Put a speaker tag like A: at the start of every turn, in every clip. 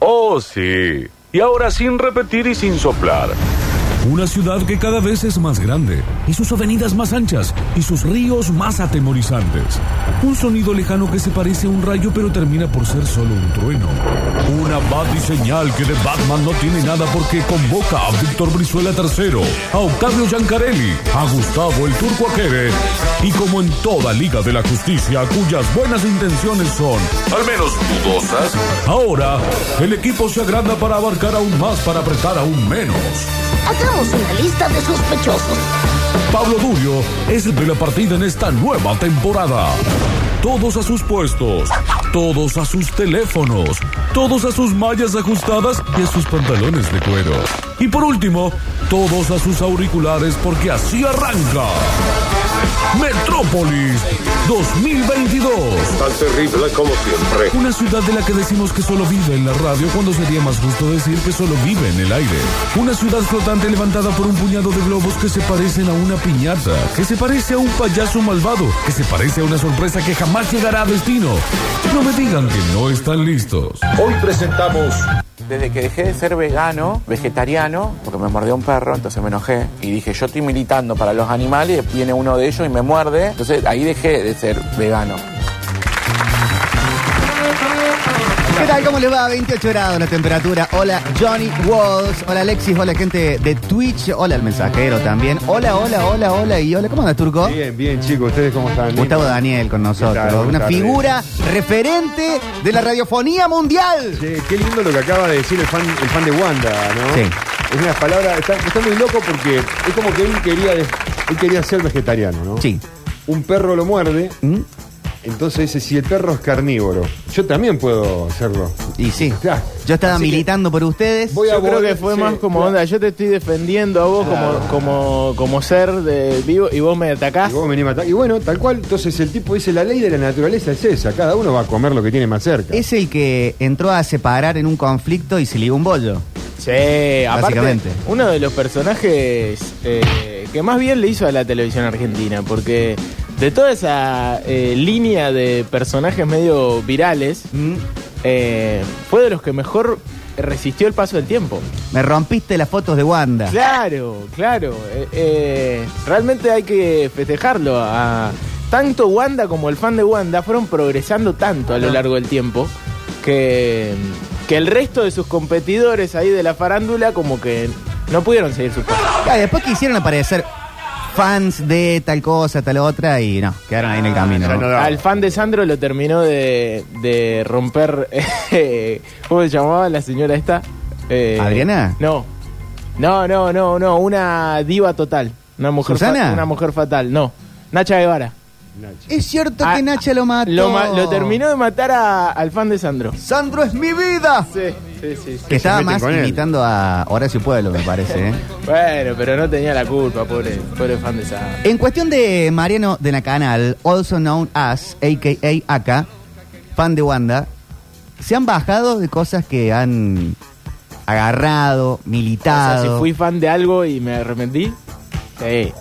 A: Oh, sí. Y ahora sin repetir y sin soplar.
B: Una ciudad que cada vez es más grande, y sus avenidas más anchas, y sus ríos más atemorizantes. Un sonido lejano que se parece a un rayo pero termina por ser solo un trueno. Una batiseñal que de Batman no tiene nada porque convoca a Víctor Brizuela III, a Octavio Giancarelli, a Gustavo el Turco Aquere, y como en toda Liga de la Justicia cuyas buenas intenciones son,
A: Al menos dudosas.
B: ahora el equipo se agranda para abarcar aún más para apretar aún menos.
C: Hagamos una lista de sospechosos.
B: Pablo Durio es el de la partida en esta nueva temporada. Todos a sus puestos, todos a sus teléfonos, todos a sus mallas ajustadas y a sus pantalones de cuero. Y por último, todos a sus auriculares porque así arranca. Metrópolis 2022.
D: Tan terrible como siempre.
B: Una ciudad de la que decimos que solo vive en la radio cuando sería más justo decir que solo vive en el aire. Una ciudad flotante levantada por un puñado de globos que se parecen a una piñata, que se parece a un payaso malvado, que se parece a una sorpresa que jamás llegará a destino. No me digan que no están listos.
D: Hoy presentamos
E: Desde que dejé de ser vegano, vegetariano, porque me mordió un perro, entonces me enojé y dije, yo estoy militando para los animales, viene uno de ellos y me muerde, entonces ahí dejé de ser vegano.
F: ¿Qué tal? ¿Cómo les va? 28 grados la temperatura. Hola Johnny Walls. Hola Alexis. Hola gente de Twitch. Hola el mensajero también. Hola, hola, hola, hola y hola. ¿Cómo andas, Turco?
G: Bien, bien, chicos, ¿ustedes cómo están?
F: Gustavo Daniel con nosotros.
G: ¿Qué tal?
F: Una
G: Buenas
F: figura referente de la radiofonía mundial.
G: Che, qué lindo lo que acaba de decir el fan, el fan de Wanda, ¿no?
F: Sí.
G: Es una palabra, está, está muy loco porque es como que él quería, de- él quería ser vegetariano, ¿no?
F: Sí.
G: Un perro lo muerde,
F: ¿Mm?
G: entonces dice, si el perro es carnívoro, yo también puedo serlo.
F: Y sí.
G: Claro.
F: Yo estaba
G: Así que
F: militando por ustedes.
G: Voy a
H: Yo creo
G: vos-
H: que fue
G: sí,
H: más como
G: claro.
H: onda, yo te estoy defendiendo a vos
G: Claro.
H: como, como, como ser de vivo y vos me atacás.
G: Y vos venís a matar- Y bueno, tal cual, entonces el tipo dice, la ley de la naturaleza es esa, cada uno va a comer lo que tiene más cerca.
F: Es el que entró a separar en un conflicto y se ligó un bollo.
H: Sí, aparte,
F: Básicamente.
H: uno de los personajes eh, que más bien le hizo a la televisión argentina, porque de toda esa eh, línea de personajes medio virales,
F: ¿Mm?
H: eh, fue de los que mejor resistió el paso del tiempo.
F: Me rompiste las fotos de Wanda.
H: Claro, claro. Eh, eh, realmente hay que festejarlo. a- tanto Wanda como el fan de Wanda fueron progresando tanto a lo largo del tiempo que, que el resto de sus competidores ahí de la farándula como que no pudieron seguir su paso.
F: Claro, después quisieron aparecer fans de tal cosa, tal otra, y no, quedaron ahí en el camino.
G: ya
F: ¿no?
G: Ah, no da.
H: Al fan de Sandro lo terminó de, de romper... eh, ¿Cómo se llamaba la señora esta? Eh,
F: ¿Adriana?
H: No. No, no, no, no. Una diva total. Una mujer, fa-
F: ¿Susana?
H: una mujer fatal. No. Nacha Guevara.
F: Es cierto
H: Ah,
F: que Nacha lo mató.
H: Lo, ma- lo terminó de matar a- al fan de Sandro.
F: ¡Sandro es mi vida!
H: Sí, sí, sí.
F: Que estaba
G: se meten
F: más
G: con él.
F: imitando a Horacio Pueblo, me parece. ¿eh?
H: Bueno, pero no tenía la culpa, pobre, pobre fan de Sandro.
F: En cuestión de Mariano de la Canal, also known as AKA Aka, fan de Wanda, se han bajado de cosas que han agarrado,
H: O sea,
F: militado.
H: si fui fan de algo y me arrepentí, sí.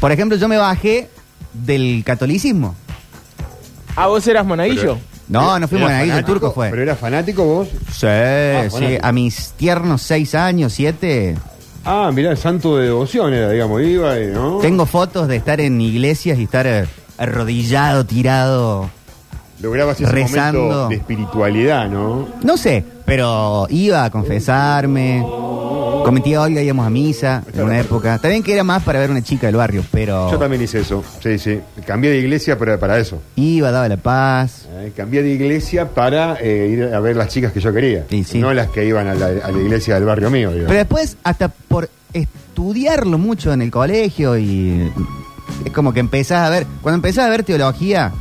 F: Por ejemplo, yo me bajé del catolicismo.
H: Ah, vos eras monaguillo.
F: No, no fuimos
G: ¿Era
F: a el
G: fanático?
F: turco fue.
G: ¿Pero era fanático vos?
F: Sí, sí,
G: fanático.
F: a mis tiernos seis años, siete,
G: Ah, mirá, el santo de devoción era, digamos, iba y, ¿no?
F: tengo fotos de estar en iglesias y estar eh, arrodillado, tirado,
G: Lograbas ese
F: Rezando.
G: momento de espiritualidad, ¿no?
F: no sé, pero iba a confesarme, con mi tía Olga íbamos a misa en una época, también que era más para ver una chica del barrio,
G: Yo
F: pero
G: también hice eso, sí, sí. Cambié de iglesia para, para eso.
F: iba, daba la paz,
G: Eh, cambié de iglesia para eh, ir a ver las chicas que yo quería.
F: Sí, sí.
G: No las que iban a la, a la iglesia del barrio mío. digamos.
F: pero después hasta por estudiarlo mucho en el colegio y es como que empezás a ver, cuando empezás a ver teología,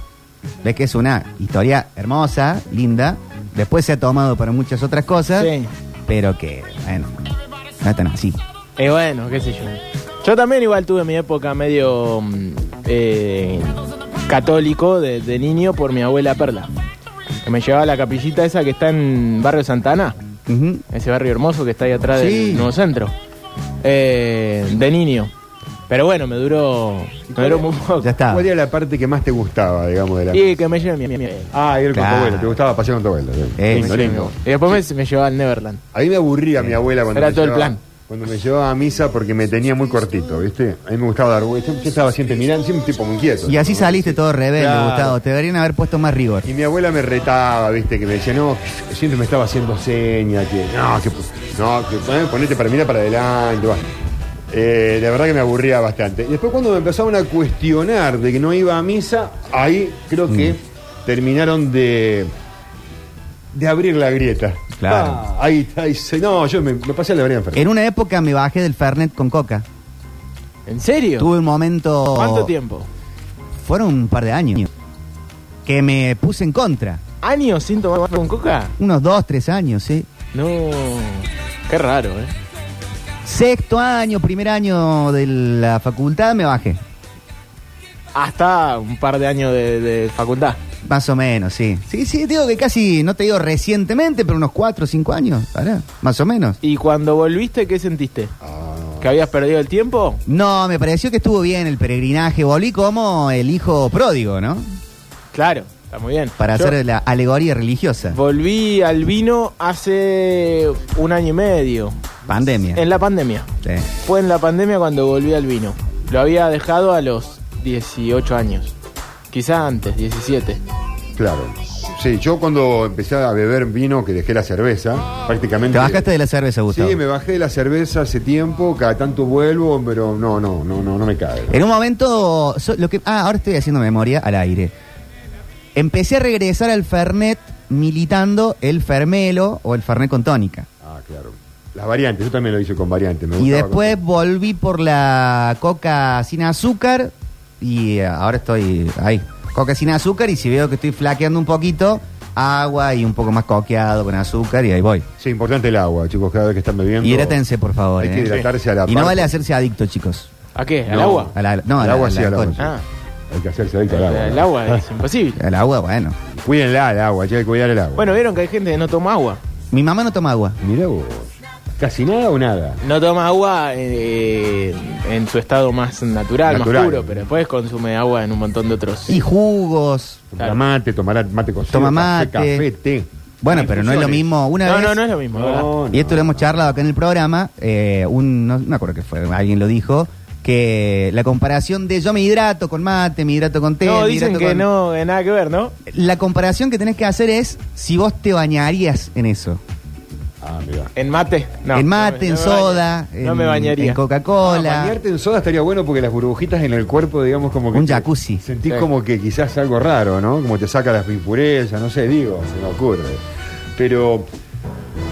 F: ves que es una historia hermosa, linda, después se ha tomado para muchas otras cosas.
H: Sí.
F: pero ¿eh? que, bueno, no es tan así.
H: Eh, bueno, qué sé yo. Yo también igual tuve mi época medio mm, eh, católico de, de niño por mi abuela Perla. Que me llevaba a la capillita esa que está en Barrio Santana.
F: Ujú.
H: ese barrio hermoso que está ahí atrás
F: Sí.
H: del nuevo centro. Eh, de niño. Pero bueno, me duró, me duró muy poco.
F: Ya está.
G: ¿Cuál era la parte que más te gustaba, digamos, de la
H: Y que me lleve mi, mi- mi-
G: Ah, ir con
F: Claro.
G: tu abuela. Te gustaba pasear con tu abuela. bien.
F: Eh,
G: Lindo,
F: sí,
G: lindo.
H: Y después me, me llevaba al Neverland.
G: A mí me aburría mi abuela cuando
H: Era
G: me
H: todo el
G: llevaba-
H: plan.
G: Cuando me llevaba a misa porque me tenía muy cortito, ¿viste? A mí me gustaba dar vueltas. Yo estaba siempre mirando, siempre un tipo muy inquieto.
F: Y así saliste todo rebelde,
G: Claro.
F: Gustavo. Te deberían haber puesto más rigor.
G: Y mi abuela me retaba, ¿viste? Que me decía, no, que siempre me estaba haciendo señas, que no, que no, que eh, ponete para mirar para adelante. va. Eh, la verdad que me aburría bastante. Y después cuando me empezaron a cuestionar de que no iba a misa, ahí creo que terminaron de de abrir la grieta.
F: Claro. Eh.
G: Ah, ahí, ahí se- no, yo me, me pasé a la vereda enferma.
F: En una época me bajé del Fernet con coca.
H: ¿En serio?
F: Tuve un momento.
H: ¿Cuánto tiempo?
F: Fueron un par de años. Que me puse en contra.
H: ¿Años sin tomar con coca?
F: Unos dos, tres años, sí.
H: No. Qué raro, ¿eh?
F: Sexto año, primer año de la facultad me bajé.
H: Hasta un par de años de, de facultad.
F: Más o menos, sí. Sí, sí, digo que casi, no te digo recientemente, pero unos cuatro o cinco años, ¿verdad? Más o menos.
H: ¿Y cuando volviste, qué sentiste?
G: Ah,
H: ¿Que habías perdido el tiempo?
F: No, me pareció que estuvo bien el peregrinaje. Volví como el hijo pródigo, ¿no?
H: Claro, está muy bien.
F: Para
H: Yo
F: hacer la alegoría religiosa.
H: Volví al vino hace un año y medio.
F: Pandemia.
H: En la pandemia.
F: Sí.
H: Fue en la pandemia cuando volví al vino. Lo había dejado a los 18 años. Quizá antes, 17.
G: claro. Sí, yo cuando empecé a beber vino, que dejé la cerveza, prácticamente...
F: Te bajaste de la cerveza, Gustavo.
G: Sí, me bajé de la cerveza hace tiempo, cada tanto vuelvo, pero no, no, no, no, no me cae.
F: En un momento, so- lo que, ah, ahora estoy haciendo memoria al aire. Empecé a regresar al Fernet militando el Fermelo o el Fernet con tónica.
G: Ah, claro. Las variantes, yo también lo hice con variantes. me
F: Y
G: gustaba
F: después volví por la coca sin azúcar y eh, ahora estoy ahí. Coca sin azúcar y si veo que estoy flaqueando un poquito, agua y un poco más coqueado con azúcar y ahí voy.
G: con- Sí, importante el agua, chicos, cada vez que están bebiendo.
F: Hidrátense, por favor.
G: Hay que
F: eh.
G: hidratarse a la
F: Y no
G: par-
F: vale hacerse adicto, chicos.
H: ¿A qué? ¿Al
G: No.
H: agua?
F: A la- no,
G: Al
F: al
G: agua sí, al
F: alcohol.
G: agua.
H: Ah,
G: Hay que hacerse adicto al agua.
H: el agua es imposible.
F: Al agua, bueno.
G: Cuídenla al agua, hay que cuidar el agua.
H: Bueno, vieron que hay gente que no toma agua.
F: Mi mamá no toma agua.
G: Mirá vos. ¿Casi nada o nada?
H: No toma agua eh, en su estado más natural,
G: Natural.
H: más puro, pero después consume agua en un montón de otros.
F: Y jugos.
G: Tomará
H: Claro.
G: mate, tomará mate cocido.
F: Toma
G: café,
F: mate.
G: Café, té.
F: Bueno,
G: Hay
F: pero no es lo
G: funciones.
F: mismo. Una
H: No,
F: vez,
H: no, no es lo mismo, ¿verdad?
G: No,
F: Y esto lo
G: no,
F: hemos charlado acá en el programa. eh, un, no, no me acuerdo que fue, alguien lo dijo. Que la comparación de yo me hidrato con mate, me hidrato con té.
H: No,
F: me
H: dicen
F: hidrato
H: que
F: con-
H: no, eh, nada que ver, ¿no?
F: La comparación que tenés que hacer es si vos te bañarías en eso.
G: Ah, mirá.
H: En mate, no.
F: en
H: No
F: mate,
H: me-
F: en
H: no me
F: soda,
H: baño.
F: en,
H: No me bañaría.
F: en
G: Ah,
F: Coca-Cola.
G: bañarte en soda estaría bueno porque las burbujitas en el cuerpo, digamos, como que.
F: Un
G: te-
F: jacuzzi.
G: Sentís
H: Sí.
G: como que quizás algo raro, ¿no? Como te saca las impurezas, no sé, digo, se me ocurre. Pero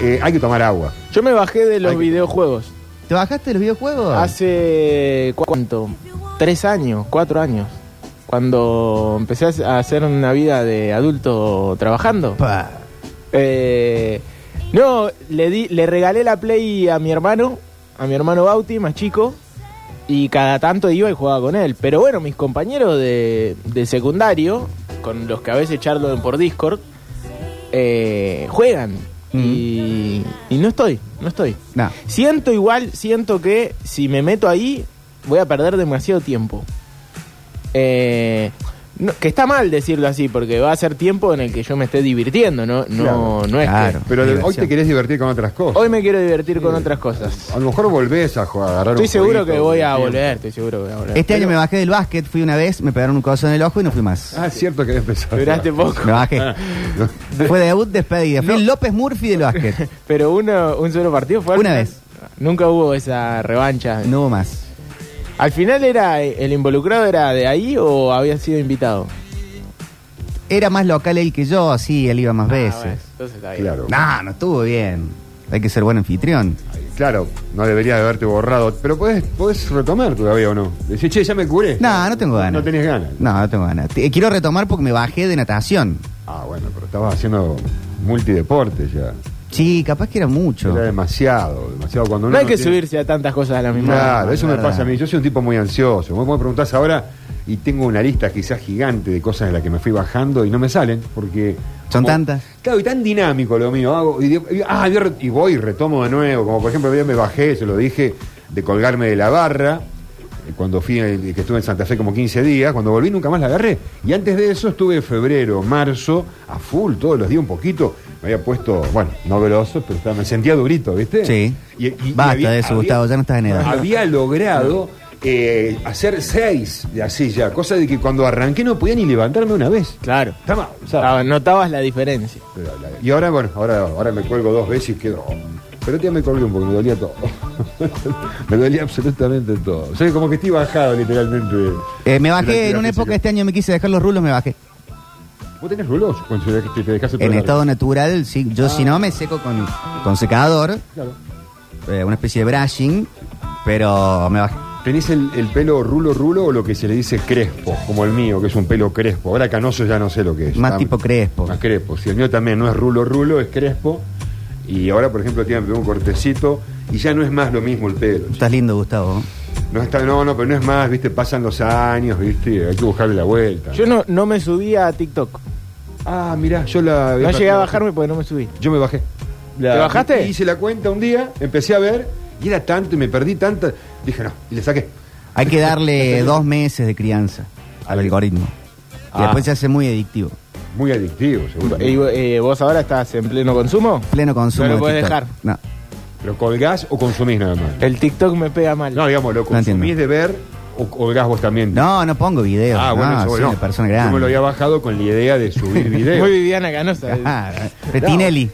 G: eh, hay que tomar agua.
H: Yo me bajé de los
G: Hay que-
H: videojuegos.
F: ¿Te bajaste de los videojuegos?
H: Ah, Hace cu- cuánto? Tres años, cuatro años. Cuando empecé a hac- a hacer una vida de adulto trabajando.
F: Pa.
H: Eh, no, le, di, le regalé la Play a mi hermano, a mi hermano Bauti, más chico. Y cada tanto iba y jugaba con él. Pero bueno, mis compañeros de, de secundario, con los que a veces charlo por Discord, eh, juegan. Y, y no estoy, no estoy.
F: No.
H: Siento igual, siento que si me meto ahí voy a perder demasiado tiempo. Eh, no- que está mal decirlo así, porque va a ser tiempo en el que yo me esté divirtiendo, ¿no? No,
G: Claro.
H: no es que-
F: Claro.
G: Pero de- hoy
F: Diversión.
G: te querés divertir con otras cosas.
H: Hoy me quiero divertir con otras cosas.
G: A lo mejor volvés a jugar, a agarrar
H: Estoy
G: un
H: seguro
G: jueguito,
H: que voy a
G: un
H: volver, estoy seguro que voy a volver.
F: Este año
H: Pero
F: me bajé del básquet, fui una vez, me pegaron un codazo en el ojo y no fui más.
G: tiempo. Ah, es cierto que empezaste.
H: Duraste poco.
F: Me bajé. Fue debut, despedida. Fui el López Murphy del básquet.
H: Pero uno, un solo partido fue... al
F: Una
H: final.
F: vez.
H: Nunca hubo esa revancha.
F: No hubo más.
H: Al final era eh, el involucrado era de ahí o había sido invitado.
F: Era más local él que yo, así él iba más
H: Ah,
F: veces.
H: bueno, entonces está bien.
G: Claro.
F: No, no estuvo bien. Hay que ser buen anfitrión.
G: Claro, no debería de haberte borrado. Pero podés, podés retomar todavía o no. Decís, che, ya me curé.
F: No, no tengo ganas.
G: No tenés ganas.
F: No, no tengo ganas. Te- quiero retomar porque me bajé de natación.
G: Ah, bueno, pero estabas haciendo multideportes ya.
F: Sí, capaz que era mucho.
G: Era demasiado, demasiado cuando
H: No,
G: uno
H: hay que
G: tiene-
H: subirse a tantas cosas a la misma vez.
G: Claro, eso me
F: verdad.
G: pasa a mí. Yo soy un tipo muy ansioso. Vos me preguntás ahora y tengo una lista quizás gigante de cosas de las que me fui bajando y no me salen porque...
F: Son tantas.
G: Claro, y tan dinámico lo mío. Hago, y, digo, y- ah, yo re- y voy y retomo de nuevo. Como por ejemplo, yo me bajé, se lo dije, de colgarme de la barra. cuando fui, eh, que estuve en Santa Fe como 15 días, cuando volví nunca más la agarré. Y antes de eso estuve en febrero, marzo, a full, todos los días un poquito. Me había puesto, bueno, no veloz, pero estaba- me sentía durito, ¿viste?
F: Sí.
G: Y- y- y
F: Basta de eso, Gustavo, ya no estás en edad.
G: Había logrado eh, hacer seis de así ya, cosa de que cuando arranqué no podía ni levantarme una vez.
H: Claro.
G: Estaba, o sea,
H: Ah, Notabas la diferencia.
G: pero la- Y ahora, bueno, ahora, ahora me cuelgo dos veces y quedo. Pero ya me colgué un poco, me dolía todo. me dolía absolutamente todo. O sea, como que estoy bajado literalmente.
F: Eh, me bajé
G: Gracias,
F: en una
G: gracias,
F: época
G: señor.
F: este año, me quise dejar los rulos, me bajé.
G: ¿Vos tenés rulos cuando te- te, te dejaste todo
F: En
G: largo?
F: estado natural, sí, yo si no me seco con, con secador,
G: Ah. Claro.
F: eh, una especie de brushing, pero me bajé.
G: ¿Tenés el, el pelo rulo, rulo o lo que se le dice crespo? Como el mío, que es un pelo crespo. Ahora canoso ya no sé lo que es.
F: Más
G: Está- Ah.
F: tipo crespo.
G: Más crespo. Si el mío también no es rulo, rulo, es crespo. Y ahora, por ejemplo, tiene un cortecito y ya no es más lo mismo el pelo.
F: Estás lindo, Gustavo.
G: No está, no, no, pero no es más, viste, pasan los años, viste, hay que buscarle la vuelta.
H: Yo no, no me subía a TikTok.
G: ah, mirá, yo la.
H: No llegué a bajarme porque no me subí.
G: Yo me bajé.
H: ¿Te bajaste?
G: Hice la cuenta un día, empecé a ver, y era tanto, y me perdí tanta. Dije, no, y le saqué.
F: Hay que darle dos meses de crianza al algoritmo. Y
G: Ah.
F: después se hace muy adictivo.
G: Muy adictivo, seguro.
H: Y, eh, ¿Vos ahora estás en pleno consumo?
F: Pleno consumo.
H: No lo
F: de
H: podés
F: TikTok.
H: dejar.
F: No.
G: ¿Pero colgás o consumís nada más?
H: El TikTok me pega mal.
G: No, digamos, lo consumís
F: entiendo.
G: de ver o colgás vos también.
F: No, no pongo videos.
G: Ah,
F: no,
G: bueno, eso,
F: soy
G: bueno.
F: una persona
G: Yo me lo
F: grande.
G: había bajado con la idea de subir video.
H: Muy Viviana Canosa.
F: Ah, Retinelli.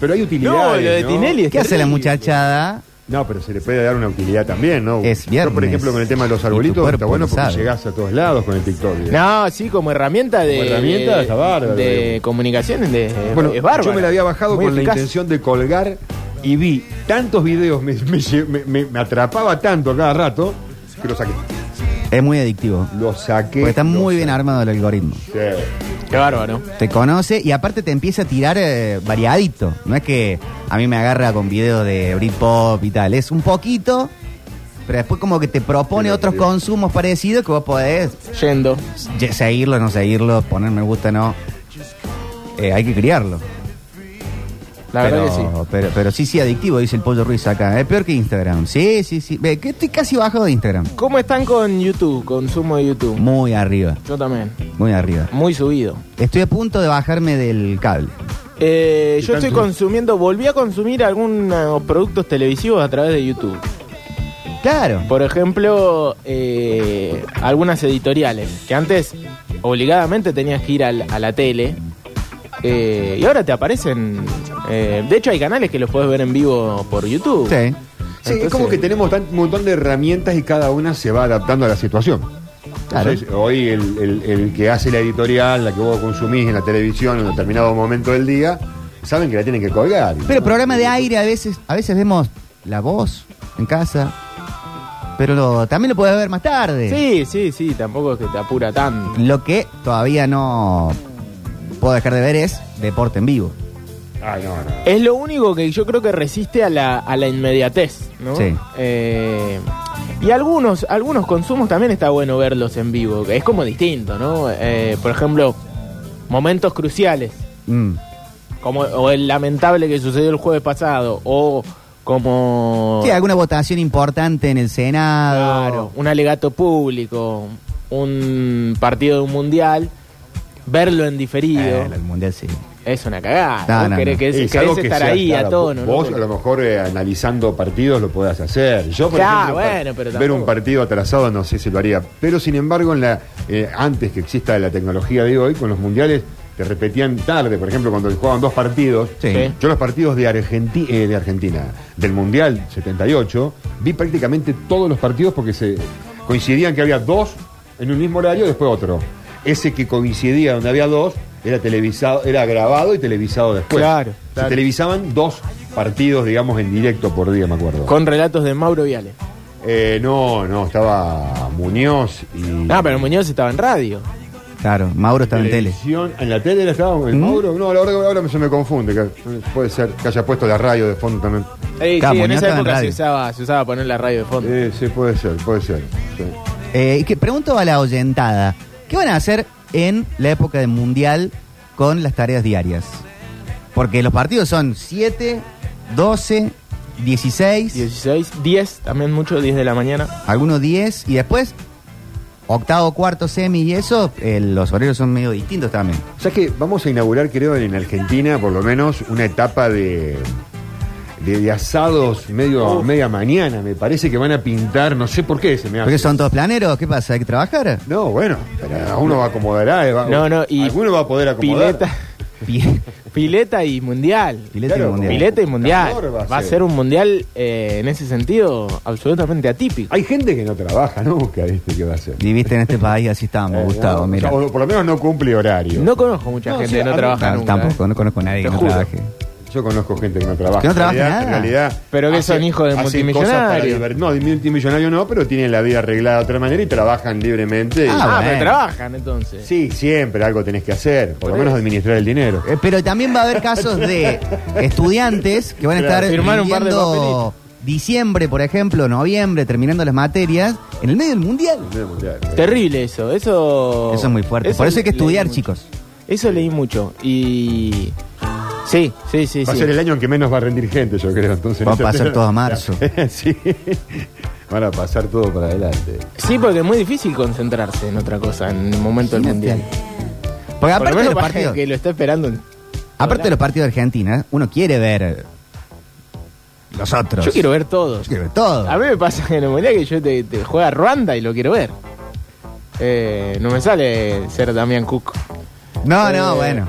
G: Pero hay utilidad.
H: No, lo de Tinelli es
F: ¿Qué hace la
H: terrible.
F: muchachada?
G: No, pero se le puede dar una utilidad también, ¿no?
F: Es
G: Yo, por
F: viernes.
G: ejemplo, con el tema de
F: Y
G: los
F: tu
G: arbolitos,
F: cuerpo
G: está bueno
F: lo
G: porque
F: sabe.
G: llegás a todos lados con el TikTok. digamos.
H: No, sí, como herramienta de.
G: Como herramienta,
H: de,
G: está bárbaro,
H: de
G: digamos.
H: comunicaciones. De, eh,
G: bueno,
H: es bárbaro.
G: yo me la había bajado
H: Muy
G: con
H: eficaz.
G: la intención de colgar y vi tantos videos, me, me lle- me- me- me atrapaba tanto a cada rato, que lo saqué.
F: Es muy adictivo.
G: Lo saqué.
F: Porque está
G: lo
F: muy bien
G: saqué.
F: armado el algoritmo.
G: Sí.
H: Qué bárbaro.
F: Te conoce y aparte te empieza a tirar eh, variadito. No es que a mí me agarra con videos de Britpop y tal. Es un poquito, pero después como que te propone
G: Sí,
F: otros
G: sí.
F: consumos parecidos que vos podés
H: Yendo.
F: ye- seguirlo, no seguirlo, poner me gusta, no. Eh, hay que criarlo.
H: La
F: pero,
H: verdad que sí.
F: Pero, pero sí, sí, adictivo, dice el Pollo Ruiz acá. Es peor que Instagram. Sí, sí, sí. Ve, que estoy casi bajado de Instagram.
H: ¿Cómo están con YouTube? Consumo de YouTube.
F: Muy arriba,
H: Yo también.
F: muy arriba.
H: Muy subido.
F: Estoy a punto de bajarme del cable.
H: Eh,
G: ¿Y
H: yo estoy
G: tanto?
H: consumiendo, volví a consumir algunos productos televisivos a través de YouTube.
F: Claro.
H: Por ejemplo, eh, algunas editoriales, que antes obligadamente tenías que ir al- a la tele. eh, y ahora te aparecen... eh, de hecho, hay canales que los puedes ver en vivo por YouTube.
F: Sí.
G: Sí, es como
H: Entonces-
G: que tenemos tan- un montón de herramientas y cada una se va adaptando a la situación.
F: Claro.
G: Entonces, hoy el, el- el que hace la editorial, la que vos consumís en la televisión en un determinado momento del día, saben que la tienen que colgar.
F: Pero programa de aire a veces, a veces vemos la voz en casa. Pero lo- también lo puedes ver más tarde.
H: Sí, sí, sí, tampoco es que te apura tanto.
F: Lo que todavía no puedo dejar de ver es deporte en vivo.
G: Ay, no, no.
H: Es lo único que yo creo que resiste a la, a la inmediatez, ¿no?
F: Sí.
H: Eh, y algunos, algunos consumos también está bueno verlos en vivo, que es como distinto, ¿no? Eh, por ejemplo, momentos cruciales,
F: Mm.
H: como o el lamentable que sucedió el jueves pasado, o como
F: Sí, alguna votación importante en el Senado.
H: claro, un alegato público, un partido de un mundial, verlo en diferido.
F: Eh, el mundial sí.
H: Es una cagada.
F: No,
H: ¿no?
F: no,
H: Querés,
F: no.
H: querés-
G: Eh,
H: querés
G: salvo que
H: estar
G: sea,
H: ahí
G: claro,
H: a tono. ¿no?
G: Vos a lo mejor eh, analizando partidos lo podés hacer. Yo, por
H: Ya,
G: ejemplo, pa-
H: bueno, pero
G: ver
H: tampoco.
G: un partido atrasado no sé si lo haría. Pero sin embargo, en la eh, antes que exista la tecnología de hoy, con los mundiales, te repetían tarde. Por ejemplo, cuando jugaban dos partidos.
F: Sí.
H: Sí.
G: Yo los partidos de, Argenti- eh, de Argentina, del Mundial 78, vi prácticamente todos los partidos porque se coincidían que había dos en un mismo horario y después otro. Ese que coincidía donde había dos era televisado, era grabado y televisado después.
H: Claro,
G: Se
H: claro.
G: televisaban dos partidos, digamos, en directo por día, me acuerdo.
H: Con relatos de Mauro Viale.
G: Eh, no, no, estaba Muñoz y.
H: Ah, pero Muñoz estaba en radio.
F: Claro, Mauro estaba en tele.
G: Televisión- ¿En la tele estaba el
F: ¿Mm?
G: Mauro? No, la verdad que ahora se me confunde. que puede ser que haya puesto la radio de fondo también.
H: Eh,
F: Claro,
H: sí, en
F: Muñoz
H: esa
F: estaba en
H: época se
F: radio.
H: usaba, se usaba poner la radio de fondo.
G: Eh, sí, puede ser, puede ser. sí.
F: Eh, y que pregunto a la oyentada, ¿qué van a hacer en la época del Mundial con las tareas diarias? Porque los partidos son 7, 12 16,
H: 16, 10, también mucho, 10 de la mañana.
F: algunos 10 y después octavo, cuarto, semi y eso, eh, los horarios son medio distintos también.
G: ¿Sabes que Vamos a inaugurar, creo, en Argentina, por lo menos, una etapa de, de, de asados medio, media mañana. Me parece que van a pintar, no sé por qué se me hace.
F: Porque son todos planeros, ¿qué pasa? ¿Hay que trabajar?
G: No, bueno, pero uno va a acomodar. eh, va-
H: No, no, y
G: Alguno va a poder acomodar.
H: Pileta,
F: Pi-
H: pileta y mundial.
F: Pileta
G: Claro,
F: y mundial.
H: Pileta y mundial.
G: Calor
H: Va a ser un mundial eh, en ese sentido absolutamente atípico.
G: Hay gente que no trabaja, no busca, ¿viste? ¿Qué va a hacer?
F: Viviste en este país, así estamos,
G: Eh,
F: Gustavo,
G: no,
F: mira.
G: o por lo menos no cumple horario.
H: No conozco mucha
G: No,
H: gente
G: sí,
H: que
G: a
H: no
G: mí-
H: trabaja
F: No,
H: nunca.
F: tampoco,
H: ¿eh?
F: no conozco a nadie
H: Te
F: que no
H: juro.
F: trabaje.
G: Yo conozco gente que no trabaja.
F: Que no trabaja
G: En realidad-
F: nada.
G: En realidad,
H: Pero que
G: hace-
H: son hijos de
G: hacen cosas
H: multimillonarios.
G: para diver- No, de multimillonario no, pero tienen la vida arreglada de otra manera y trabajan libremente.
F: Ah,
G: Y-
H: Ah,
F: bueno.
H: pero trabajan entonces.
G: Sí, siempre algo tenés que hacer, por lo menos administrar el dinero.
F: Eh, Pero también va a haber casos de estudiantes que van a
G: Claro,
F: estar
H: firmar un par de
F: viviendo diciembre, por ejemplo, noviembre, terminando las materias, en el medio del mundial.
H: Terrible eso, eso...
F: Eso es muy fuerte. Por eso hay que
H: leí
F: estudiar,
H: mucho.
F: chicos.
H: Eso leí mucho y... Sí, sí, sí,
G: Va a
H: sí.
G: ser el año en que menos va a rendir gente, yo creo. Entonces,
F: Va a
G: no te-
F: pasar todo a marzo.
G: sí. Van a pasar todo para adelante.
H: Sí, porque es muy difícil concentrarse en otra cosa en el momento del mundial.
F: Porque
H: Por lo
F: aparte de los
H: menos para
F: partidos,
H: que lo está esperando. en-
F: aparte de los partidos de Argentina, uno quiere ver eh, los otros.
H: Yo quiero ver todo.
F: Yo quiero ver todo.
H: A mí me pasa que en el mundial que yo te, te juega Ruanda y lo quiero ver. Eh, no me sale ser Damián Cook.
F: No, no,
H: Eh,
F: bueno.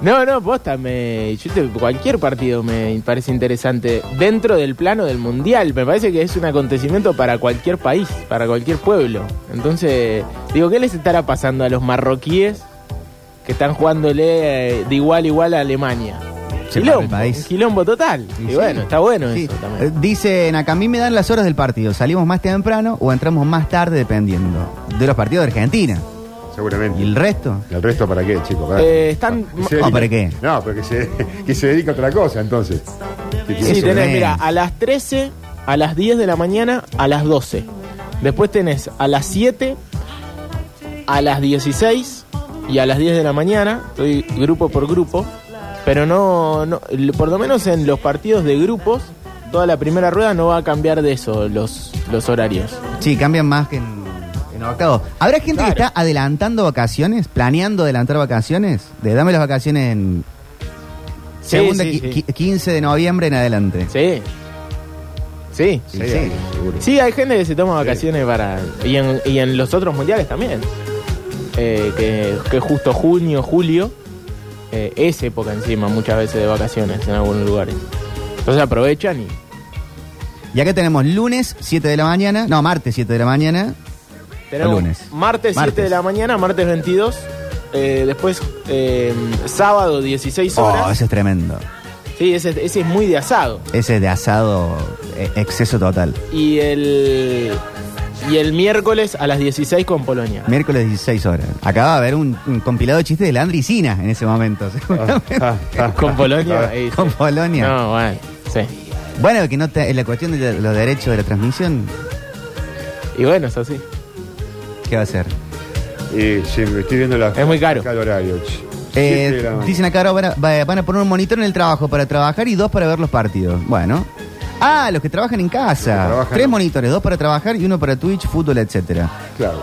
H: No, no, posta, me, yo te- cualquier partido me parece interesante dentro del plano del mundial. Me parece que es un acontecimiento para cualquier país, para cualquier pueblo. Entonces, digo, ¿qué les estará pasando a los marroquíes que están jugándole eh, de igual a igual a Alemania?
F: Sí,
H: quilombo,
F: para el país.
H: un quilombo total.
F: Sí,
H: y
F: sí.
H: bueno, está bueno
F: Sí.
H: eso
F: Eh,
H: también.
F: Dicen acá, a mí me dan las horas del partido. Salimos más temprano o entramos más tarde, dependiendo de los partidos de Argentina.
G: Seguramente.
F: ¿Y el resto?
G: ¿Y el resto para qué, chicos?
H: Eh, están-
G: Se
H: No,
G: dedica-
F: ¿para qué?
G: No, pero que se, que se dedica a otra cosa, entonces. Que tiene
H: Sí,
G: su-
H: tenés,
F: es.
H: mira, a las 13, a las 10 de la mañana, a las 12. Después tenés a las 7, a las 16 y a las 10 de la mañana. Estoy grupo por grupo. Pero no, no- l- por lo menos en los partidos de grupos, toda la primera rueda no va a cambiar de eso los, los horarios.
F: Sí, cambian más que en, en octavo. ¿Habrá gente que
H: Claro.
F: está adelantando vacaciones, planeando adelantar vacaciones? De dame las vacaciones en
H: Sí,
F: segunda,
H: sí,
F: qui-
H: sí.
F: qui- 15 de noviembre en adelante.
H: Sí. Sí.
G: Sí,
F: Sí.
G: hay, seguro.
H: Sí, hay gente que se toma vacaciones para. Y en, y en los otros mundiales también. Eh, que, que justo junio, julio, eh, es época encima muchas veces de vacaciones en algunos lugares. Entonces aprovechan y.
F: Y acá tenemos lunes 7 de la mañana, no, martes 7 de la mañana.
H: Tenemos
F: lunes.
H: Martes, 7
F: Martes.
H: de la mañana, martes 22. eh, después, eh, sábado 16
F: Oh,
H: horas.
F: ese es tremendo.
H: Sí, ese, ese es muy de asado.
F: Ese es de asado, eh, exceso total.
H: Y el. Y el miércoles a las 16 con Polonia.
F: Miércoles 16 horas. Acaba de haber un, un compilado de chistes de Landry Sina en ese momento.
G: Ah,
F: seguramente,
H: Con Polonia. eh,
F: Con
H: sí.
F: Polonia.
H: Ah, No, bueno, sí.
F: Bueno, que no te- la cuestión de los derechos de la transmisión,
H: Y bueno, es así.
F: ¿qué va a ser?
G: Y eh, sí, estoy viendo la.
H: Es muy caro.
G: el horario. ch.
F: Eh,
G: Siete de la mañana.
F: dicen acá ahora van a, va- van a poner un monitor en el trabajo para trabajar y dos para ver los partidos. Bueno. Ah, los que trabajan en casa.
G: Los que trabajan.
F: Tres monitores, dos para trabajar y uno para Twitch, fútbol, etcétera.
G: Claro.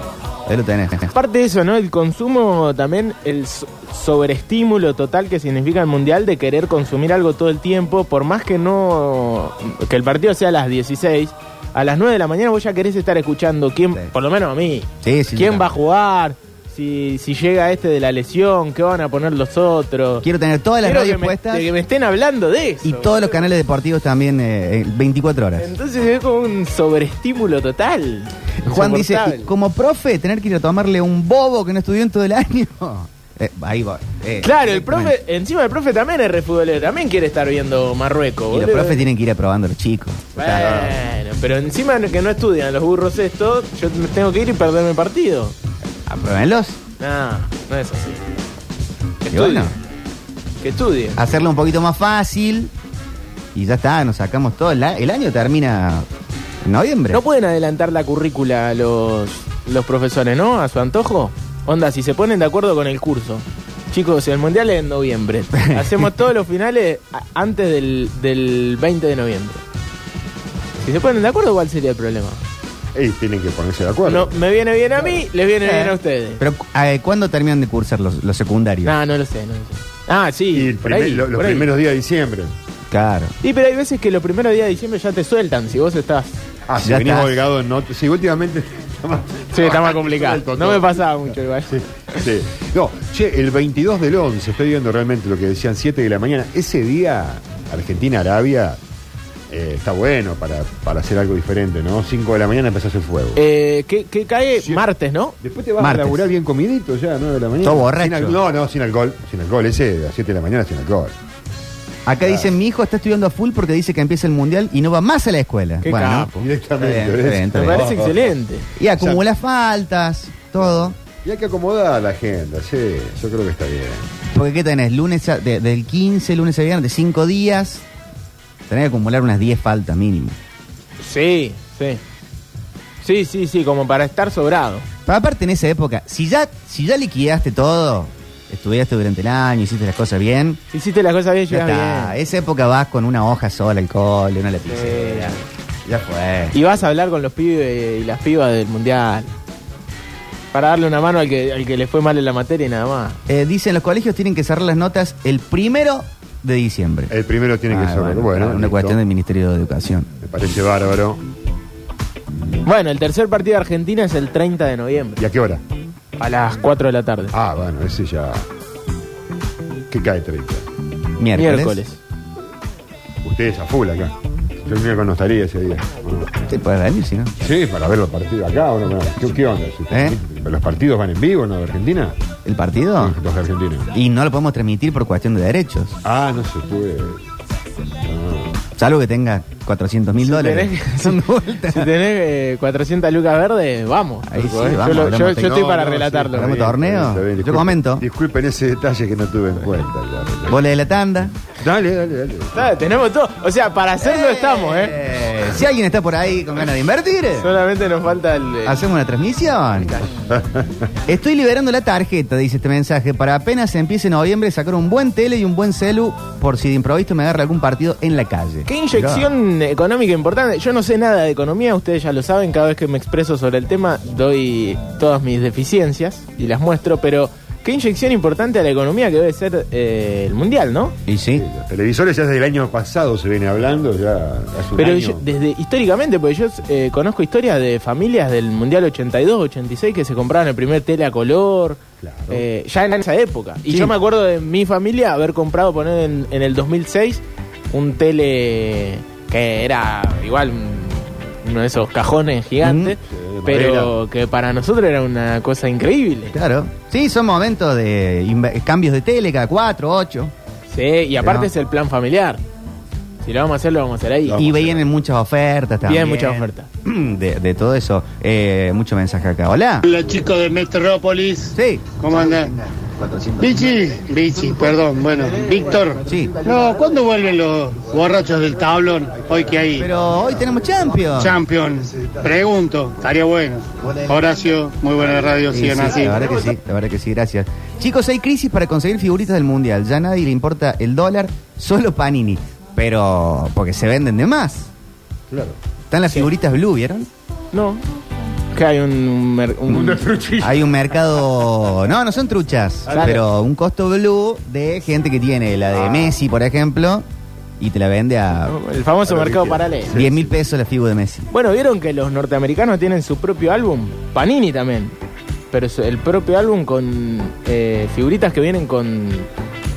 F: Ahí lo tenés.
H: Aparte de eso, ¿no? El consumo también, el so- sobreestímulo total que significa el mundial de querer consumir algo todo el tiempo, por más que no. que el partido sea a las 16, a las 9 de la mañana vos ya querés estar escuchando quién,
F: Sí.
H: por lo menos a mí,
F: Sí, sí,
H: quién
F: sí.
H: va a jugar, si, si llega este de la lesión, qué van a poner los otros.
F: Quiero tener todas las
H: Quiero
F: radios
H: que me-
F: puestas
H: de que me estén hablando de eso.
F: y todos los canales deportivos también eh, eh, 24 horas.
H: Entonces es como un sobreestímulo total.
F: Juan dice,
H: insoportable.
F: "Y como profe, tener que ir a tomarle un bobo que no estudió en todo el año. Eh, ahí va. eh,
H: Claro, el
F: directamente.
H: profe, encima el profe también es refutbolero, también quiere estar viendo Marruecos.
F: Y los
H: boludo.
F: profes tienen que ir aprobando los chicos.
H: Bueno, pero encima no- que no estudian los burros estos, yo me tengo que ir y perderme el partido.
F: Apruébenlos.
H: No, no es así. Que
F: Y Ah, bueno.
H: estudien, que estudien.
F: hacerlo un poquito más fácil y ya está, nos sacamos todo. La- el año termina en noviembre.
H: No pueden adelantar la currícula a los, los profesores, ¿no? A su antojo. Onda, si se ponen de acuerdo con el curso. Chicos, el mundial es en noviembre. Hacemos todos los finales a- antes del, del 20 de noviembre. Si se ponen de acuerdo, ¿cuál sería el problema?
G: Y tienen que ponerse de acuerdo.
H: No, me viene bien a mí, les viene bien a ustedes.
F: Pero, cu- eh, ¿cuándo terminan de cursar los, los secundarios?
H: No, no lo sé, no lo sé. Ah, sí.
G: y el
H: por
G: primer-
H: ahí,
G: lo- los
H: por ahí.
G: primeros días de diciembre.
F: Claro.
H: Sí, pero hay veces que los primeros días de diciembre ya te sueltan si vos estás.
G: Ah, si
F: Ya
G: venís
F: estás.
G: holgado, no. Sí, últimamente. está más-
H: Sí, está más complicado.
G: Suelto
H: No
G: todo.
H: me pasaba mucho igual.
G: Sí, sí. No, che, el 22 del 11, estoy viendo realmente lo que decían 7 de la mañana. Ese día, Argentina-Arabia, eh, está bueno para, para hacer algo diferente, ¿no? 5 de la mañana empezás el fuego.
H: Eh, que, que cae
G: Sí.
H: martes, ¿no?
G: Después te vas
F: Martes.
G: a laburar bien comidito ya, 9 de la mañana.
F: Todo borracho.
G: Sin al- no, no, sin alcohol. Sin alcohol, ese a 7 de la mañana sin alcohol.
F: Acá dicen, mi hijo está estudiando a full porque dice que empieza el mundial y no va más a la escuela.
H: Qué
F: bueno,
H: capo.
G: Directamente.
F: Ah, pues. Está bien, está
G: ¿ves?
F: bien, está
H: Me
F: bien.
H: parece excelente.
F: Y acumula faltas, todo.
G: Y hay que acomodar la agenda, sí. Yo creo que está bien.
F: Porque ¿qué tenés? Lunes a- de- del 15, lunes a viernes, de 5 días. Tenés que acumular unas 10 faltas mínimo.
H: Sí, sí. Sí, sí, sí, como para estar sobrado.
F: Pero aparte en esa época, si ya, si ya liquidaste todo, estudiaste durante el año, hiciste las cosas bien,
H: Hiciste las cosas bien,
F: ya
H: llegas
F: está.
H: bien.
F: Esa época vas con una hoja sola, al cole, una lapicera.
H: Sí.
F: Ya fue.
H: Y vas a hablar con los pibes y las pibas del mundial. Para darle una mano al que, al que le fue mal en la materia y nada más.
F: Eh, dicen, los colegios tienen que cerrar las notas el primero de diciembre.
G: El primero tiene Eh, que
F: Ah,
G: ser. Bueno,
F: una
G: listo.
F: cuestión del Ministerio de Educación.
G: Me parece bárbaro.
H: Bueno, el tercer partido de Argentina es el 30 de noviembre,
G: ¿Y a qué hora?
H: a las 4 de la tarde.
G: Ah, bueno, ese ya. ¿Qué cae 30?
F: Miércoles.
H: Miércoles.
G: Ustedes a full acá. Yo creo que no estaría ese día. ¿o no?
F: Sí, puedes venir, si no.
G: Sí, para ver los partidos acá. ¿o no? ¿Qué, qué onda?
F: ¿Eh? Ah.
G: ¿Los partidos van en vivo, no? ¿De Argentina?
F: ¿El partido?
G: Los de Argentina.
F: Y no lo podemos transmitir por cuestión de derechos.
G: Ah, no se puede.
F: Salvo que tenga 400 mil dólares.
H: tenés que-
F: Son vueltas.
H: Si tenés eh, 400 lucas verdes, vamos.
F: Ahí sí,
H: Turco, ¿eh?
F: vamos,
H: yo, lo-
F: hablamos
H: yo-
F: Ah, de
H: yo estoy
F: tecno-
H: para
F: no, sí,
H: relatarlo.
F: hablamos de torneo. Yo comento.
G: Disculpen ese detalle que no tuve en cuenta. ya.
F: Bola de la tanda.
G: Dale, dale, dale.
H: Está, tenemos todo. O sea, para hacerlo estamos, ¿eh?
F: Eh, Si alguien está por ahí con ganas de invertir, eh,
H: Solamente nos falta el... eh,
F: hacemos una transmisión. Estoy liberando la tarjeta, dice este mensaje, para apenas empiece noviembre sacar un buen tele y un buen celu por si de improviso me agarra algún partido en la calle.
H: Qué inyección económica importante. Yo no sé nada de economía, ustedes ya lo saben, cada vez que me expreso sobre el tema doy todas mis deficiencias y las muestro, pero qué inyección importante a la economía que debe ser eh, el mundial, ¿no?
F: Y sí.
G: Los televisores ya desde el año pasado se viene hablando, ya hace un
H: Pero
G: año.
H: yo- desde históricamente, porque yo eh, conozco historias de familias del Mundial 82, 86 que se compraban el primer tele a color,
G: Claro.
H: eh, ya en esa época. Y
F: Sí.
H: yo me acuerdo de mi familia haber comprado, poner en, en el 2006, un tele que era igual un- uno de esos cajones gigantes,
G: Ujú. Sí,
H: pero que para nosotros era una cosa increíble.
F: Claro. Sí, son momentos de inve- cambios de tele cada 4, 8.
H: Sí, y aparte
F: No.
H: es el plan familiar. Si lo vamos a hacer, lo vamos a hacer ahí.
F: Y vienen muchas ofertas también.
H: Vienen muchas ofertas.
F: De, de todo eso. Eh, mucho mensaje acá. Hola.
I: Hola chicos de Metrópolis,
F: Sí.
I: ¿cómo andan? Vichy, Vichy, perdón, bueno, Víctor.
F: Sí.
I: No, ¿cuándo vuelven los borrachos del tablón? Hoy que hay
F: Pero hoy tenemos Champions.
I: Champion, pregunto, estaría bueno. Horacio, muy buena radio,
F: Sí,
I: sigan
F: sí,
I: así.
F: La verdad que sí, la verdad que sí, gracias. Chicos, hay crisis para conseguir figuritas del mundial. Ya a nadie le importa el dólar, solo Panini. Pero porque se venden de más.
G: Claro.
F: Están las figuritas blue, ¿vieron?
H: No. Que hay un... un mer- un-
F: Hay un mercado. No, no son truchas,
H: Claro.
F: pero un costo blue de gente que tiene la de Messi, por ejemplo, y te la vende a
H: el famoso
G: Ahora
H: mercado
G: que-
H: paralelo.
F: 10 mil pesos la figura de Messi.
H: Bueno, vieron que los norteamericanos tienen su propio álbum, Panini también, pero su- el propio álbum con eh, figuritas que vienen con,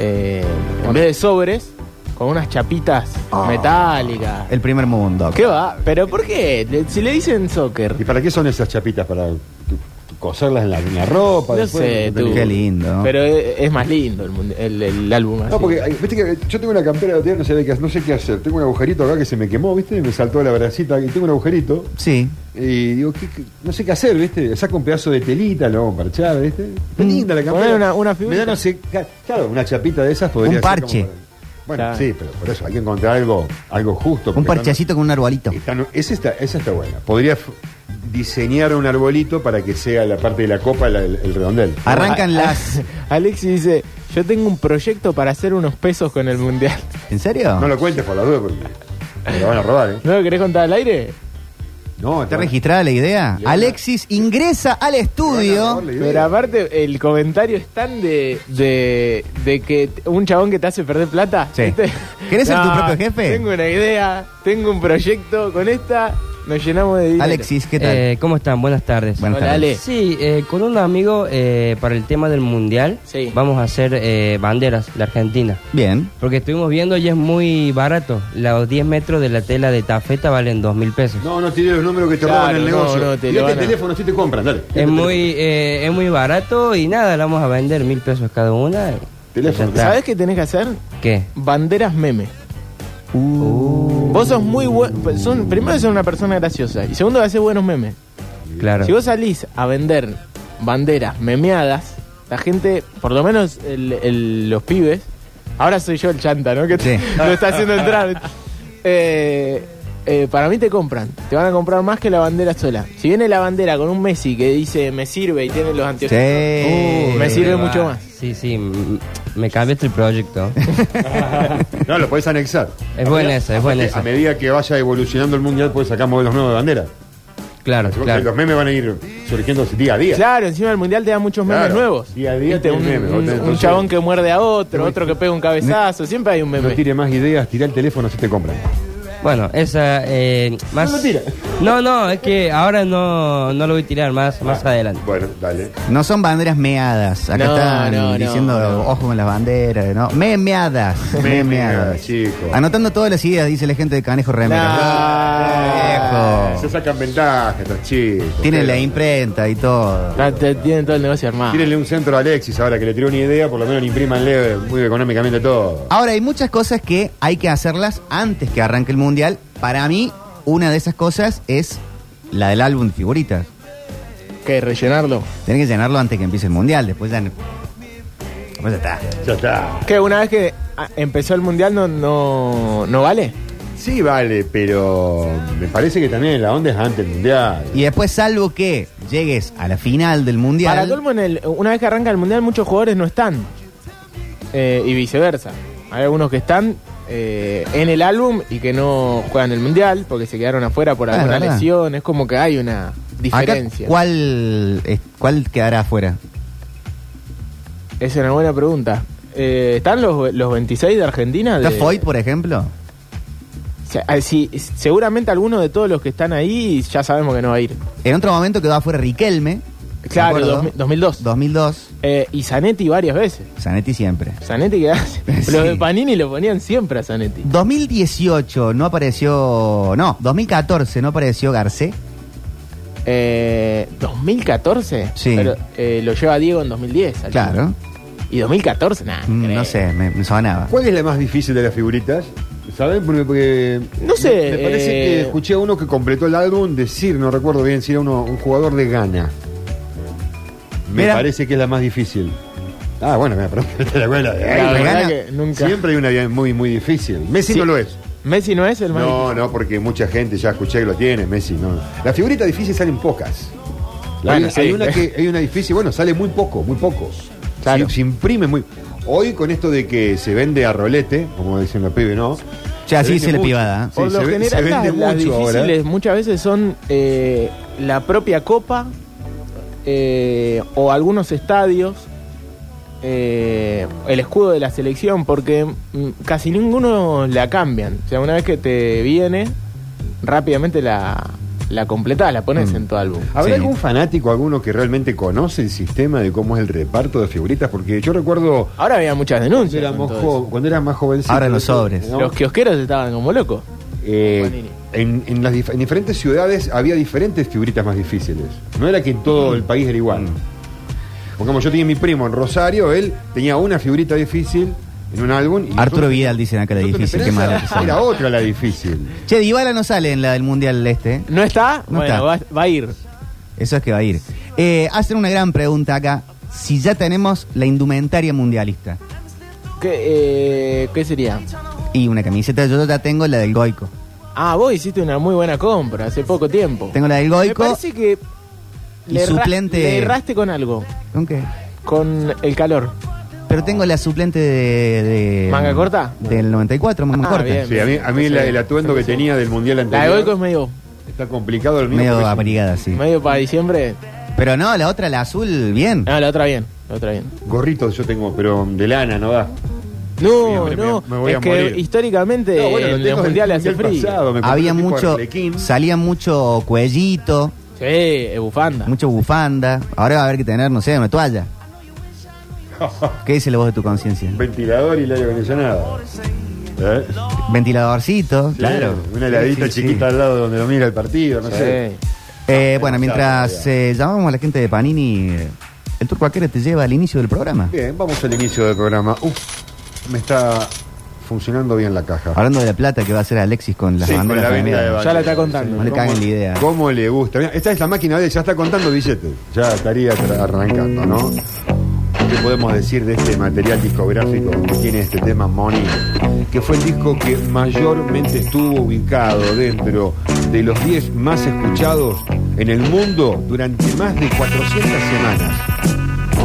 H: eh, en vez de sobres, con unas chapitas
F: Ah.
H: metálicas.
F: El primer mundo.
H: ¿Qué va? ¿Pero por qué? Le- Si le dicen soccer.
G: ¿Y para qué son esas chapitas? ¿Para tu- tu- coserlas en la, en la ropa?
H: No
G: después?
H: sé, tú.
F: Qué lindo.
H: Pero es, es más lindo el, mund- el- el álbum así.
G: No, porque ay, viste que yo tengo una campera de tierra, no sé, de qué, no sé qué hacer. Tengo un agujerito acá que se me quemó, ¿viste? Me saltó la bracita y tengo un agujerito.
F: Sí.
G: Y digo, ¿qué- qué- no sé qué hacer, ¿viste? Saco un pedazo de telita, lo vamos a parchar, ¿viste? Está
F: Mm.
G: linda la
H: Poner
G: campera.
H: una- una figurita.
G: Me da, no sé, ca- claro, una chapita de esas podría
F: Un
G: ser como
F: parche.
G: para- Bueno,
H: Claro.
G: sí, pero por eso hay que encontrar algo, algo justo.
F: Un
G: porque están-
F: parchecito con un arbolito.
G: están- esa, está, esa está buena. Podría f- diseñar un arbolito para que sea la parte de la copa la- el, el redondel.
F: Arrancan
H: A- a-
F: las.
H: Ah, Alexis dice, yo tengo un proyecto para hacer unos pesos con el mundial.
F: ¿En serio?
G: No lo cuentes por la duda porque Me la van a robar, ¿eh?
H: ¿No lo querés contar al aire?
G: No,
F: ¿Está registrada la idea? Alexis ingresa al estudio.
H: Pero aparte, el comentario es tan de, de, de que t- un chabón que te hace perder plata.
F: Sí.
H: ¿viste?
F: ¿Querés ser tu propio jefe?
H: Tengo una idea, tengo un proyecto. Con esta nos llenamos de dinero.
F: Alexis, ¿qué tal?
J: Eh, ¿Cómo están? Buenas tardes.
F: Buenas
H: Hola,
F: tardes.
H: Ale.
J: Sí, eh, con un amigo eh, para el tema del mundial
H: Sí.
J: vamos a hacer eh, banderas de Argentina.
F: Bien.
J: Porque estuvimos viendo y es muy barato. Los 10 metros de la tela de tafeta valen 2 mil pesos.
G: No, no tires los números que te
H: Claro,
G: roban el
H: no,
G: negocio.
H: no, te lo
G: Tirate
H: van
G: el
H: a-
G: teléfono, si te compran, dale.
J: Es muy, eh, es muy barato y nada, la vamos a vender mil pesos cada una. y-
G: Teléfono.
J: Ya está.
H: ¿Sabés qué tenés que hacer?
J: ¿Qué?
H: Banderas meme.
F: Uh.
H: Vos sos muy bueno. Son, primero, sos una persona graciosa. Y segundo, haces buenos memes.
J: Claro.
H: Si vos salís a vender banderas memeadas, la gente, por lo menos el- el- los pibes, ahora soy yo el chanta, ¿no? Que te-
F: Sí.
H: lo está haciendo entrar. Eh, eh, para mí te compran, te van a comprar más que la bandera sola. Si viene la bandera con un Messi que dice me sirve y tiene los anteojos,
F: Sí.
H: uh, me sirve
J: Ah,
H: mucho más.
J: Sí, sí, m- me cambiaste el proyecto.
G: No, lo podés anexar.
J: Es buena esa, es buena
G: A
J: esa.
G: medida que vaya evolucionando el mundial, podés sacar modelos nuevos de bandera.
J: Claro,
G: Los
J: claro.
G: memes van a ir surgiendo día a día.
H: Claro, encima del mundial te dan muchos memes
G: Claro.
H: nuevos.
G: Día a día
H: Viste,
G: tenés
H: un,
G: memes,
H: un-
G: entonces-
H: un chabón que muerde a otro, otro que pega un cabezazo, siempre hay un
G: No
H: meme.
G: tire más ideas, tira el teléfono, si te compran.
J: Bueno, esa eh, más.
G: No lo tira.
J: No, no, es que ahora no, no lo voy a tirar más, más adelante.
G: Bueno, dale.
F: No son banderas meadas. Acá
H: No,
F: están
H: no, no,
F: diciendo
H: no.
F: ojo con las banderas, ¿no? Memeadas. Memeadas.
G: chicos.
F: Anotando todas las ideas, dice la gente de Canejo Remera.
H: Ah.
F: Viejo.
G: Se sacan ventajas estos chicos.
F: Tienen la imprenta y todo.
H: Ah, te- Tienen todo el negocio armado.
G: Tírenle un centro a Alexis ahora que le tiró una idea, por lo menos le imprímanle muy económicamente todo.
F: Ahora, hay muchas cosas que hay que hacerlas antes que arranque el mundial. Para mí, una de esas cosas es la del álbum de figuritas.
H: ¿Qué? ¿Rellenarlo?
F: Tienen que llenarlo antes que empiece el mundial. Después ya. no- Después ya está.
G: Ya está.
H: Que una vez que ah, empezó el mundial no, no, no vale.
G: Sí, vale, pero me parece que también la onda es antes del mundial.
F: Y después, salvo que llegues a la final del mundial.
H: Para colmo, en el- una vez que arranca el mundial, muchos jugadores no están. Eh, y viceversa. Hay algunos que están eh, en el álbum y que no juegan el mundial porque se quedaron afuera por
F: Ah,
H: alguna
F: es verdad.
H: lesión. Es como que hay una
F: Acá,
H: diferencia.
F: ¿cuál, es- ¿Cuál quedará afuera?
H: es una buena pregunta. Eh, ¿Están los, los 26 de Argentina?
F: ¿Está
H: De-
F: Foyt, por ejemplo?
H: O sea, ah, sí, seguramente alguno de todos los que están ahí ya sabemos que no va a ir.
F: En otro momento quedó afuera Riquelme. ¿me
H: Claro,
F: acuerdo?
H: 2000 2002.
F: 2002.
H: Eh, y Zanetti varias veces.
F: Zanetti siempre.
H: Zanetti que
F: Sí.
H: Los de Panini lo ponían siempre a Zanetti.
F: 2018 no apareció. No, 2014 no apareció Garcé.
H: Eh, 2014.
F: Sí.
H: Pero, eh, lo lleva Diego en 2010. al
F: Claro.
H: final. Y 2014, nada.
F: Mm, No sé, me, me sonaba.
G: ¿Cuál es la más difícil de las figuritas? ¿Sabes? Porque.
H: No sé,
G: Me, me parece
H: eh,
G: que escuché a uno que completó el álbum decir, no recuerdo bien si era uno, un jugador de Ghana. Me
F: Mira.
G: parece que es la más difícil. Ah, bueno, me preguntaste la buena.
H: La
F: me
H: verdad
F: gana.
H: que nunca.
G: Siempre hay una bien muy, muy difícil. Messi
H: Sí.
G: no lo es.
H: Messi no es el más.
G: No, no, porque mucha gente ya escuché que lo tiene, Messi, no. Las figuritas difíciles salen pocas.
H: Bueno,
G: hay, hay
H: sí.
G: una que, hay una difícil, bueno, sale muy poco, muy pocos.
H: Claro.
G: Se, se imprime muy. Hoy con esto de que se vende a rolete, como dicen los pibes, ¿no?
F: Ya, así
G: vende
F: dice la
G: mucho.
F: pibada, ¿eh?
G: Sí,
H: Por lo
G: se, ve- se
H: general,
G: vende
H: las, las
G: mucho ahora.
H: difíciles muchas veces son eh, la propia copa eh, o algunos estadios, eh, el escudo de la selección, porque mm, casi ninguno la cambian. O sea, una vez que te viene, rápidamente la, la completás, la pones
G: Mm.
H: en tu álbum.
G: ¿Habrá
F: Sí.
G: algún fanático, alguno que realmente conoce el sistema de cómo es el reparto de figuritas? Porque yo recuerdo
H: Ahora había muchas
G: cuando
H: denuncias.
G: era,
H: con
G: más
H: todo
G: jo- cuando era más jovencito.
F: Ahora los sobres.
H: eso.
G: ¿no?
H: Los kiosqueros estaban como locos.
G: Eh, en, en las dif- en diferentes ciudades había diferentes figuritas más difíciles. No era que en todo el
H: Mm.
G: país era igual. Porque como yo tenía mi primo en Rosario, él tenía una figurita difícil en un álbum. Y
F: Arturo
G: nosotros-
F: Vidal dicen acá la
G: nosotros
F: difícil,
G: en
F: qué
G: Esperanza
F: malo que son.
G: Era otra la difícil.
F: Che, Dybala no sale en la del Mundial Este. ¿eh?
H: ¿No está?
F: No
H: bueno,
F: está.
H: Va, va a ir.
F: Eso es que va a ir. Eh, hacen una gran pregunta acá. Si ya tenemos la indumentaria mundialista
H: ¿Qué, eh, ¿Qué sería?
F: y una camiseta, yo ya tengo la del Goico.
H: Ah, vos hiciste una muy buena compra hace poco tiempo.
F: Tengo la del
H: Me
F: Goico.
H: parece que
F: Y
H: erra-
F: suplente-
H: le erraste con algo,
F: ¿Con qué?
H: con el calor.
F: Pero Pero tengo la suplente de. de-
H: ¿Manga corta?
F: Del 94, manga
H: Ah,
F: corta.
H: bien.
G: Sí, a mí, a mí la- el atuendo que tenía del mundial
H: La de Goico es
G: anterior.
H: medio,
G: Está complicado el mío.
F: Medio
G: porque-
F: abrigada, sí.
H: medio para diciembre.
F: Pero no, la otra, la azul, bien.
H: No, la otra bien, la otra bien.
G: Gorritos yo tengo, pero de lana, no da.
H: No,
G: Mira, me-
H: no,
G: me voy
H: es
G: a
H: que
G: morir.
H: históricamente
G: No, bueno, lo tengo
H: en los
G: del
H: mundiales hace
G: mundial
H: frío.
G: pasado, me compré
F: Había
G: un tipo de
F: mucho.
G: arlequín.
F: Salía mucho cuellito,
H: Sí, es bufanda.
F: mucho bufanda. Ahora va a haber que tener, no sé, una toalla. ¿Qué dice la voz de tu conciencia?
G: Ventilador y el aire acondicionado. ¿Eh?
F: Ventiladorcito,
G: Sí,
F: claro.
G: Una heladita
F: Sí, sí, sí.
G: chiquita al lado donde lo mira el partido, no
H: Sí.
G: sé.
F: Eh,
G: Ah, demasiado,
F: bueno, mientras eh, llamamos a la gente de Panini, eh, el turco Aquera te lleva al inicio del programa.
G: Bien, vamos al inicio del programa. Uf, me está funcionando bien la caja.
F: Hablando de la plata que va a hacer Alexis con las
G: Sí, con la
F: banderas
G: venta
F: cambiadas.
G: de banderas.
H: Ya la está contando.
F: No le
G: ¿Cómo-
F: caguen la idea.
G: ¿Cómo le gusta? Mira, esta es la máquina de él, ya está contando billetes. Ya estaría tra- arrancando, ¿no? ¿Qué podemos decir de este material discográfico que tiene este tema Money? Que fue el disco que mayormente estuvo ubicado dentro de los 10 más escuchados en el mundo durante más de 400 semanas.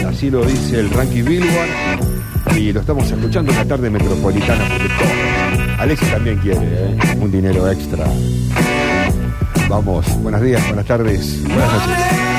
G: ¿no? Así lo dice el ranking Billboard y lo estamos escuchando en la tarde metropolitana porque corre. Alexis también quiere ¿eh? un dinero extra. Vamos, buenos días, buenas tardes, buenas noches.